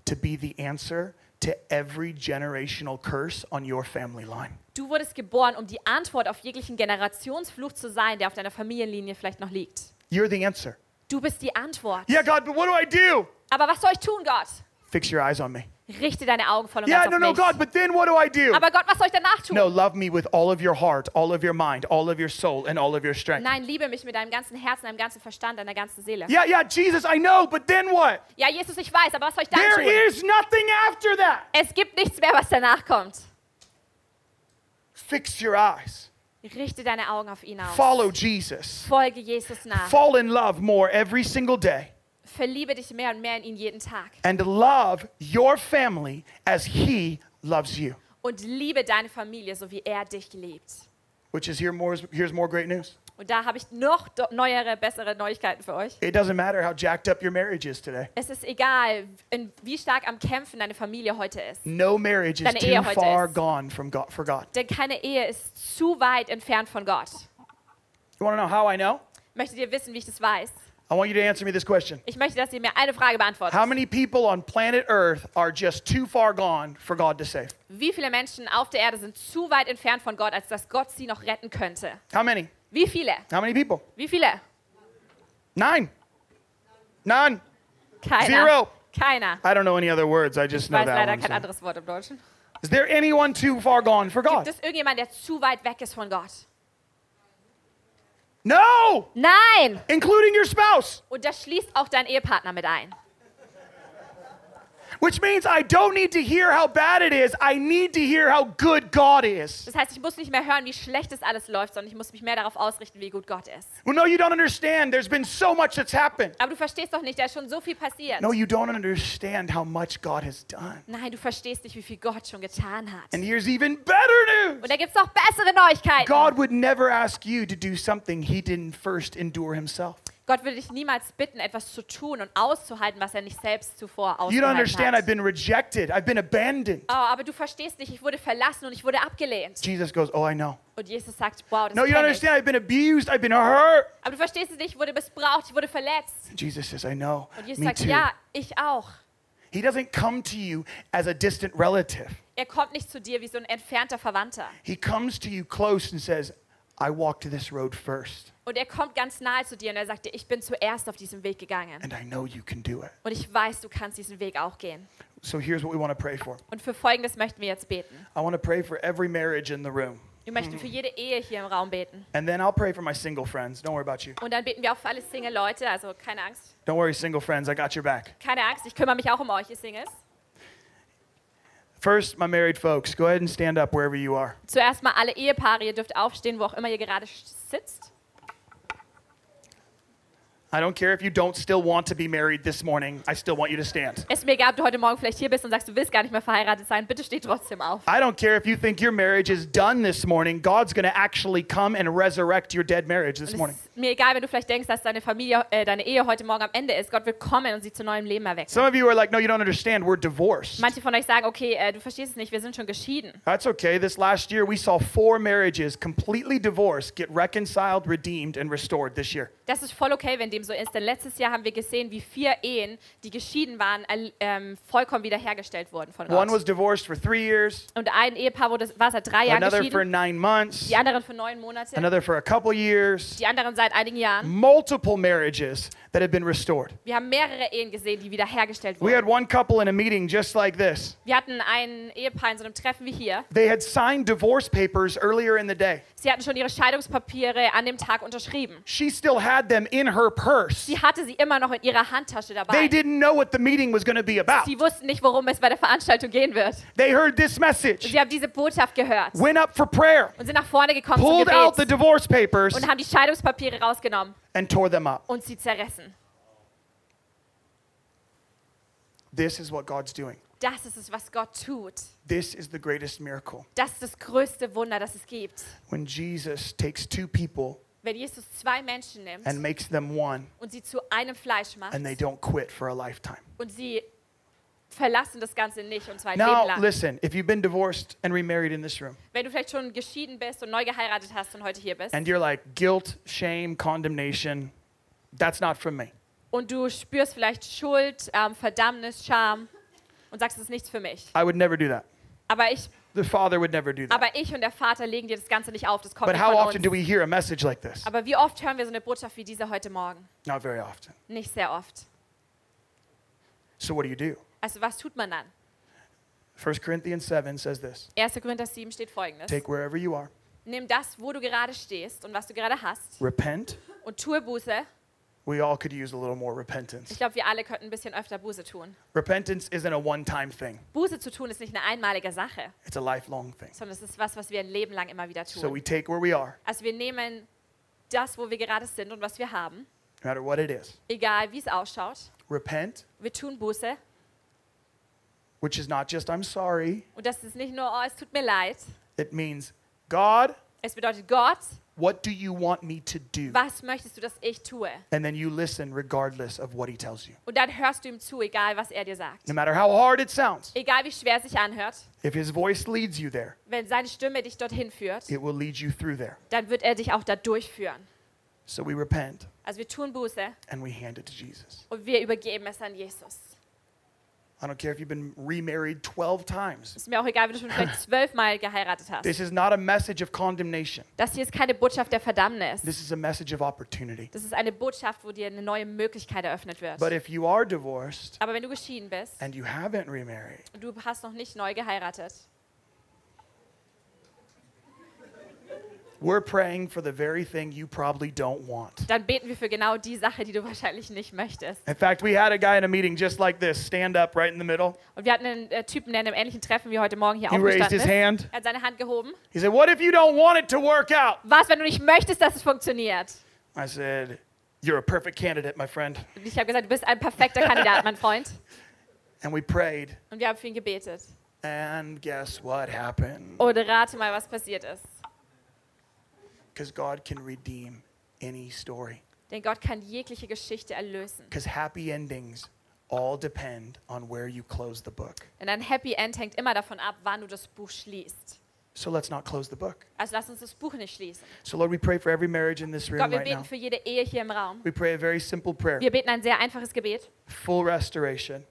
to be the answer to every generational curse on your family line.
Du wurdest geboren, um die Antwort auf jeglichen Generationsfluch zu sein, der auf deiner Familienlinie vielleicht noch liegt.
You're the answer.
Du bist die Antwort.
Yeah, God, but what do I do?
Aber was soll ich tun, Gott?
Fix your eyes on me.
Richte deine Augen voll und
Yeah,
ganz
no,
auf
no,
mich.
God, but then what do I do?
Aber Gott, was soll ich danach tun?
No, love me with all of your heart, all of your mind, all of your soul, and all of your strength.
Nein, liebe mich mit deinem ganzen Herzen, deinem ganzen Verstand, deiner ganzen Seele.
Yeah, yeah, Jesus, I know, but then what?
Ja, Jesus, ich weiß, aber was soll ich dann
There
tun?
is nothing after that.
Es gibt nichts mehr, was danach kommt.
Fix your eyes.
Richte deine Augen auf ihn aus.
Follow Jesus.
Folge Jesus nach.
Fall in love more every single day
Verliebe dich mehr und mehr in ihn jeden Tag.
and love your family as He loves you.
Und liebe deine Familie, so wie er dich liebt.
Which is here more, here's more great news.
Und da habe ich noch do- neuere, bessere Neuigkeiten für euch.
It doesn't matter how jacked up your marriage is today.
Es ist egal, in, wie stark am Kämpfen deine Familie heute ist.
No marriage is
Deine
too
Ehe heute
far
ist-
gone from God, for God.
Denn keine Ehe ist zu weit entfernt von Gott.
You want to know how I know?
Möchtet ihr wissen, wie ich das weiß?
I want you to answer me this question.
Ich möchte, dass ihr mir eine Frage beantwortet.
How many people on planet Earth are just too far gone for God to save?
Wie viele Menschen auf der Erde sind zu weit entfernt von Gott, als dass Gott sie noch retten könnte?
How many?
Wie viele?
How many people?
Wie viele?
Nine. None.
Keiner.
Zero.
Keiner.
I don't know any other words. I just
Ich
know
weiß
that
leider
one.
kein
so.
anderes Wort im Deutschen.
Is there anyone too far gone for
Gibt
God?
es irgendjemand, der zu weit weg ist von Gott?
No,
Nein!
including your spouse,
Und das schließt auch deinen Ehepartner mit ein.
which means I don't need to hear how bad it is. I need to hear how good God is.
Das heißt, ich muss nicht mehr hören, wie schlecht es alles läuft, sondern ich muss mich mehr darauf ausrichten, wie gut Gott ist.
Well, no, you don't understand. There's been so much that's happened.
Aber du verstehst doch nicht, da ist schon so viel passiert.
No, you don't understand how much God has done.
Nein, du verstehst nicht, wie viel Gott schon getan hat.
And here's even better news.
Und da gibt es noch bessere Neuigkeiten.
God would never ask you to do something he didn't first endure himself.
Gott würde dich niemals bitten, etwas zu tun und auszuhalten, was er nicht selbst zuvor
You don't
ausgehalten
understand. I've
hat.
been rejected. I've been abandoned.
Oh, aber du verstehst nicht, ich wurde verlassen und ich wurde abgelehnt.
Jesus goes, Oh, I know.
Und Jesus sagt, wow, das
No, you don't
kenn ich.
understand. I've been abused. I've been hurt.
Aber du verstehst es nicht, ich wurde missbraucht, ich wurde verletzt.
Jesus says, I know.
Und Jesus
Me
sagt,
too.
ja, ich auch.
He doesn't come to you as a distant relative,
Er kommt nicht zu dir wie so ein entfernter Verwandter.
He comes to you close and says, I walked this road first,
Und er kommt ganz nahe zu dir und er sagt dir, ich bin zuerst auf diesem Weg gegangen.
and I know you can do it.
Und ich weiß, du kannst diesen Weg auch gehen.
So here's what we want to pray for
Und für Folgendes möchten wir jetzt beten.
I want to pray for every marriage in the room.
Wir möchten für jede Ehe hier im Raum beten.
And then I'll pray for my single friends. Don't worry about you.
Und dann beten wir auch für alle Single-Leute, also keine Angst.
Don't worry, single friends. I got your back.
Keine Angst, ich kümmere mich auch um euch, ihr Singles.
First, my married folks, go ahead and stand up wherever you are.
Zuerst mal alle Ehepaare, ihr dürft aufstehen, wo auch immer ihr gerade sch- sitzt.
I don't care if you don't still want to be married this morning, I still want you to stand.
Es ist mir egal, ob du heute Morgen vielleicht hier bist und sagst, du willst gar nicht mehr verheiratet sein, bitte steh trotzdem auf.
I don't care if you think your marriage is done this morning, God's going to actually come and resurrect your dead marriage this
Und
morning.
es mir egal, wenn du vielleicht denkst, dass deine Familie, äh, deine Ehe heute Morgen am Ende ist. Gott wird kommen und sie zu neuem Leben erwecken.
Some of you are like, no, you don't understand. We're divorced.
Manche von euch sagen, okay, äh, du verstehst es nicht, wir sind schon geschieden.
That's okay. This last year, we saw four marriages completely divorced get reconciled, redeemed, and restored this year.
Das ist voll okay, wenn dem so ist, denn letztes Jahr haben wir gesehen, wie vier Ehen, die geschieden waren, erl- ähm, vollkommen wiederhergestellt wurden von
One
Gott.
was divorced for three years,
Und ein Ehepaar wurde, war seit drei Jahren
another for
geschieden,
nine months,
die anderen für neun Monate,
another for a couple years,
die anderen seit einigen Jahren.
multiple marriages that have been restored.
Wir haben mehrere Ehen gesehen, die wiederhergestellt
We had
wurden.
one couple in a meeting just like this.
Wir hatten ein Ehepaar in so einem Treffen wie hier.
They had signed divorce papers earlier in the day.
Sie hatten schon ihre Scheidungspapiere an dem Tag unterschrieben.
She still had them in her purse.
Sie hatte sie immer noch in ihrer Handtasche
They
dabei.
didn't know what the meeting was going to be about.
Sie wussten nicht, worum es bei der Veranstaltung gehen wird.
They heard this message,
Sie haben diese Botschaft gehört und
went up for prayer,
sind nach vorne gekommen zum
pulled out the
Gebet
divorce papers,
und haben die Scheidungspapiere rausgenommen
and tore them up.
und sie zerrissen.
This is what God's doing.
Das ist es, was Gott tut.
This is the greatest miracle.
Das ist das größte Wunder, das es gibt.
When Jesus takes two people
Wenn Jesus zwei Menschen nimmt
and makes them one,
und sie zu einem Fleisch macht
and they don't quit for a lifetime.
und sie verlassen das Ganze nicht und zwar ein Leben
Now,
lang.
listen, if you've been divorced and remarried in this room,
Wenn du vielleicht schon geschieden bist und neu geheiratet hast und heute hier bist
and you're like, guilt, shame, condemnation, that's not from me.
und du spürst vielleicht Schuld, ähm, Verdammnis, Scham und sagst, es ist nichts für mich.
I would never do that.
Aber ich,
The Father would never do that.
aber ich und der Vater legen dir das Ganze nicht auf. Das kommt
But
nicht
how
von
often
uns.
do we hear a message like this?
aber wie oft hören wir so eine Botschaft wie diese heute Morgen?
Not very often.
Nicht sehr oft.
So, what do you do?
Also was tut man dann?
1 Corinthians 7 says this
1. Korinther 7 steht folgendes.
Take wherever you are,
Nimm das, wo du gerade stehst und was du gerade hast
repent.
und tue Buße.
We all could use a little more
Ich
repentance.
glaube, wir alle könnten ein bisschen öfter Buße tun.
Repentance isn't a one time thing,
Buße zu tun ist nicht eine einmalige Sache,
it's a lifelong thing.
sondern es ist was, was wir ein Leben lang immer wieder tun.
So, we take where we are,
Also wir nehmen das, wo wir gerade sind und was wir haben,
no matter what it is.
egal wie es ausschaut.
Repent,
Wir tun Buße
which is not just I'm sorry,
und das ist nicht nur, oh, es tut mir leid.
it means God,
Es bedeutet, Gott,
what do you want me to do?
was möchtest du, dass ich tue?
And then you listen regardless of what he tells you.
Und dann hörst du ihm zu, egal was er dir sagt.
No matter how hard it sounds,
Egal wie schwer es sich anhört,
if his voice leads you there,
wenn seine Stimme dich dorthin führt,
it will lead you through there.
dann wird er dich auch da durchführen.
So we repent
Also wir tun Buße
and we hand it to Jesus.
und wir übergeben es an Jesus.
I don't care if you've been remarried 12 times.
Ist mir auch egal, wenn du schon vielleicht zwölfmal geheiratet hast.
This is not a message of condemnation.
Das hier ist keine Botschaft der Verdammnis.
This is a message of opportunity.
Das ist eine Botschaft, wo dir eine neue Möglichkeit eröffnet wird.
But if you are divorced
Aber wenn du geschieden bist
and you haven't remarried,
und du hast noch nicht neu geheiratet,
we're praying for the very thing you probably don't want.
dann beten wir für genau die Sache, die du wahrscheinlich nicht möchtest.
In fact, we had a guy in a meeting just like this, stand up right in the middle.
Und wir hatten einen äh, Typen, der in einem ähnlichen Treffen wie heute Morgen hier
He raised his
aufgestanden ist.
hand.
Er hat seine Hand gehoben.
He said, What if you don't want it to work out?
Was, wenn du nicht möchtest, dass es funktioniert?
I said, You're a perfect candidate, my friend.
Und ich habe gesagt, du bist ein perfekter Kandidat, mein Freund.
And we prayed.
Und wir haben für ihn gebetet.
And guess what happened?
Und rate mal, was passiert ist.
Because God can redeem any story.
Denn Gott kann jegliche Geschichte erlösen.
Because happy endings all depend on where you close the book.
Denn ein Happy End hängt immer davon ab, wann du das Buch schließt.
So let's not close the book.
Also lass uns das Buch nicht schließen.
So, Lord, we pray for every marriage in this
Gott,
room
wir
right
beten
now.
für jede Ehe hier im Raum.
We pray a very simple prayer
Wir beten ein sehr einfaches Gebet.
full restoration.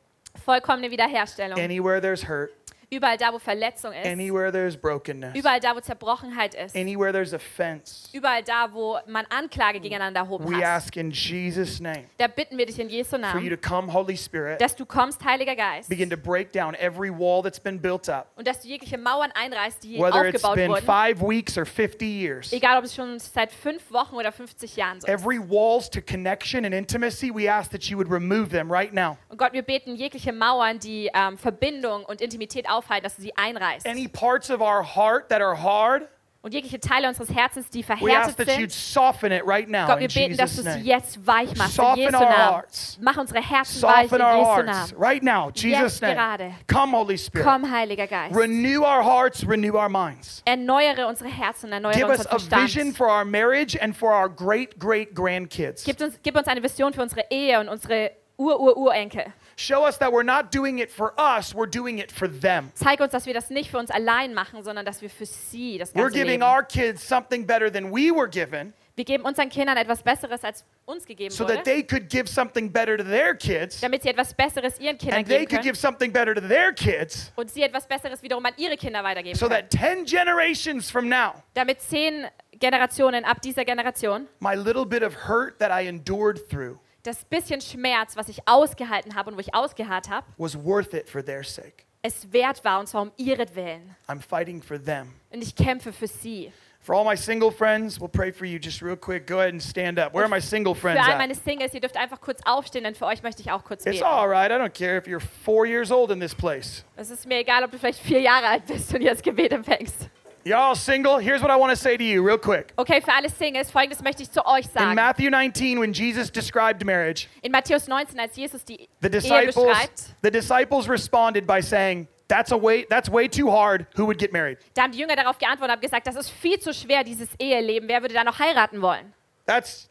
Vollkommene Wiederherstellung.
Anywhere there's hurt,
Überall da, wo Verletzung ist.
anywhere there's brokenness,
Überall da, wo Zerbrochenheit ist.
anywhere there's offense.
Überall da, wo man Anklage gegeneinander erhoben
We
hat.
ask in Jesus' name
Da bitten wir dich in Jesu
for you
Namen,
to come, Holy Spirit,
dass du kommst, Heiliger Geist.
begin to break down every wall that's been built up.
Und dass du jegliche Mauern einreißt, die
whether it's
aufgebaut
been
wurden.
five weeks or 50 years.
Egal, ob es schon seit fünf Wochen oder 50 Jahren so ist.
Every walls to connection and intimacy, we ask that you would remove them right now.
Und Gott, wir beten jegliche Mauern, die ähm, Verbindung und Intimität aufhalten, dass du sie einreißt.
Any parts of our heart that are hard,
und jegliche Teile unseres Herzens, die
We ask
verhärtet
that you'd
sind.
soften it right now in
Gott, wir beten, dass
Jesus'
du es
name.
jetzt weich machst in
Soften
Jesu
our
Namen.
hearts.
Mach unsere Herzen weich in
Soften our
Jesu
hearts
Namen.
right now, Jesus'
Jetzt
name.
gerade.
Come, Holy Spirit.
Komm, Heiliger Geist.
Renew our hearts, renew our minds.
Erneuere unsere Herzen, erneuere
Give us
unseren
a vision
Verstand.
for our marriage and for our great great grandkids.
Gib uns, gib uns eine Vision für unsere Ehe und unsere Ur-Ur-Urenkel.
Show us that we're not doing it for us, we're doing it for them.
Zeig uns, dass wir das nicht für uns allein machen, sondern dass wir für sie das
We're
Ganze
giving
leben.
our kids something better than we were given
Wir geben unseren Kindern etwas Besseres, als uns gegeben
so that
wurde,
they could give something better to their kids
damit sie etwas Besseres ihren Kindern
and they
geben
could
können
give something better to their kids
und sie etwas Besseres wiederum an ihre Kinder weitergeben
so
können.
that 10 generations from now
Damit zehn Generationen ab dieser Generation
my little bit of hurt that I endured through
das bisschen Schmerz, was ich ausgehalten habe und wo ich ausgeharrt habe,
was worth it for their sake.
es wert war, und zwar um ihretwillen.
I'm fighting for them.
Und ich kämpfe für sie.
For all my single friends, we'll pray for you just real quick. Go ahead and stand up. Where are my single
Für
friends
all
at?
meine Singles, ihr dürft einfach kurz aufstehen, denn für euch möchte ich auch kurz
It's
beten.
all right. I don't care if you're four years old in this place.
Es ist mir egal, ob du vielleicht vier Jahre alt bist und jetzt Gebet empfängst.
Y'all single? Here's what I want to say to you, real quick.
Okay, für alle Singles, folgendes möchte ich zu euch
In
sagen.
Matthew 19, when Jesus described marriage,
In Matthäus 19, als Jesus die
the
Ehe
disciples,
beschreibt,
the disciples responded by saying, "That's a way. That's way too hard. Who would get married?
da haben die Jünger darauf geantwortet und haben gesagt, das ist viel zu schwer, dieses Eheleben. Wer würde da noch heiraten wollen?
That's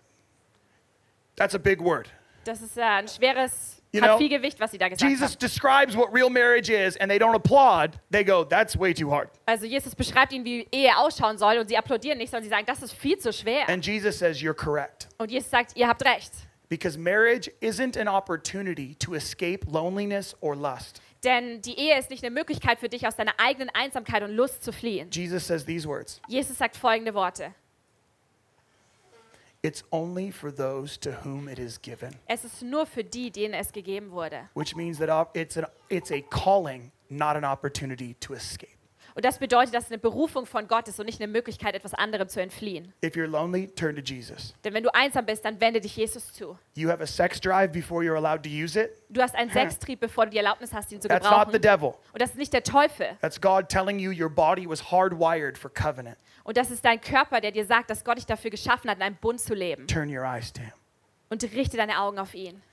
that's a big word."
Das ist äh, ein schweres,
You know,
hat viel Gewicht, was sie da gesagt
Jesus
haben.
describes what real marriage is, and they don't applaud. They go, "That's way too hard."
Also Jesus beschreibt ihnen, wie Ehe ausschauen soll und sie applaudieren nicht, sondern sie sagen, das ist viel zu schwer.
And Jesus says, "You're correct."
Und Jesus sagt, ihr habt recht.
Because marriage isn't an opportunity to escape loneliness or lust.
Denn die Ehe ist nicht eine Möglichkeit für dich, aus deiner eigenen Einsamkeit und Lust zu fliehen.
Jesus says these words
Jesus sagt folgende Worte.
It's only for those to whom it is given,
Es ist nur für die, denen es gegeben wurde.
which means that op- it's, an, it's a calling, not an opportunity to escape.
Und das bedeutet, dass es eine Berufung von Gott ist und nicht eine Möglichkeit, etwas anderem zu entfliehen.
If you're lonely, turn to Jesus.
Denn wenn du einsam bist, dann wende dich Jesus zu.
You have a sex drive before you're allowed to use it.
Du hast einen Sextrieb, bevor du die Erlaubnis hast, ihn zu
That's not
gebrauchen.
the devil.
Und das ist nicht der Teufel.
That's God telling you your body was hardwired for covenant.
Und das ist dein Körper, der dir sagt, dass Gott dich dafür geschaffen hat, in einem Bund zu leben.
Turn your eyes to Him.
Und richte deine Augen auf ihn.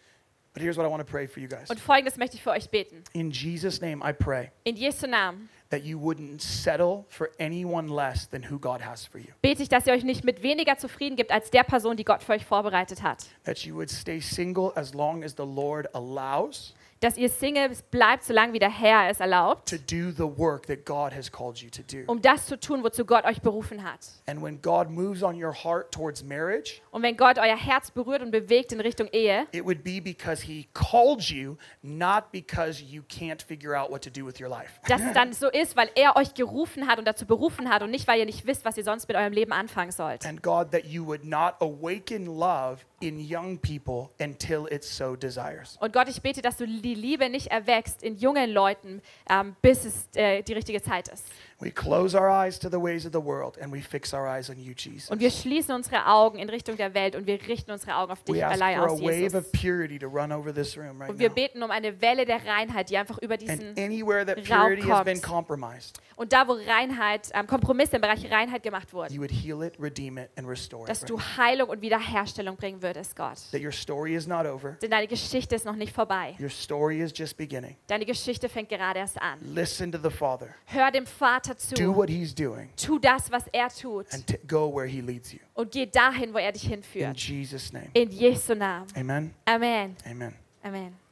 But here's what I want to pray for you guys.
Und folgendes möchte ich für euch beten.
In Jesus' name, I pray
In Jesu Namen
that you wouldn't settle for anyone less than who God has for you.
bete ich, dass ihr euch nicht mit weniger zufrieden gibt als der Person, die Gott für euch vorbereitet hat.
that you would stay single as long as the Lord allows
Dass ihr Single bleibt, solange wie der Herr es erlaubt,
to do the work that God has called you to do.
um das zu tun, wozu Gott euch berufen hat.
And when God moves on your heart towards marriage,
Und wenn Gott euer Herz berührt und bewegt in Richtung Ehe,
it would be because He called you, not because you can't figure out what to do with your life.
dass es dann so ist, weil er euch gerufen hat und dazu berufen hat und nicht, weil ihr nicht wisst, was ihr sonst mit eurem Leben anfangen sollt.
And God, that you would not awaken love in young people until it so desires.
Und Gott, ich bete, dass du die Liebe nicht erwächst in jungen Leuten, ähm, bis es äh, die richtige Zeit ist.
We close our eyes to the ways of the world and we fix our eyes on you, Jesus.
Und wir schließen unsere Augen in Richtung der Welt und wir richten unsere Augen auf
We
dich
ask
allein
for a
aus,
wave
Jesus.
of purity to run over this room right
Und wir
now.
beten um eine Welle der Reinheit, die einfach über diesen
And anywhere that
Raum
purity has been
kommt.
compromised,
und da, wo Reinheit, ähm, Kompromisse im Bereich Reinheit gemacht wurden,
you would heal it, redeem it, and restore
dass
it.
du
right?
Heilung und Wiederherstellung bringen würdest, Gott.
That your story is not over.
Denn deine Geschichte ist noch nicht vorbei.
Your story is just beginning.
Deine Geschichte fängt gerade erst an.
Listen to the Father.
Hör dem Vater
Do
zu.
what He's doing
Tu das, was er tut.
and t- go where He leads you.
Und geh dahin, wo er dich
In
hinführt.
Jesus' name.
In Jesu Namen.
Amen.
Amen.
Amen.
Amen.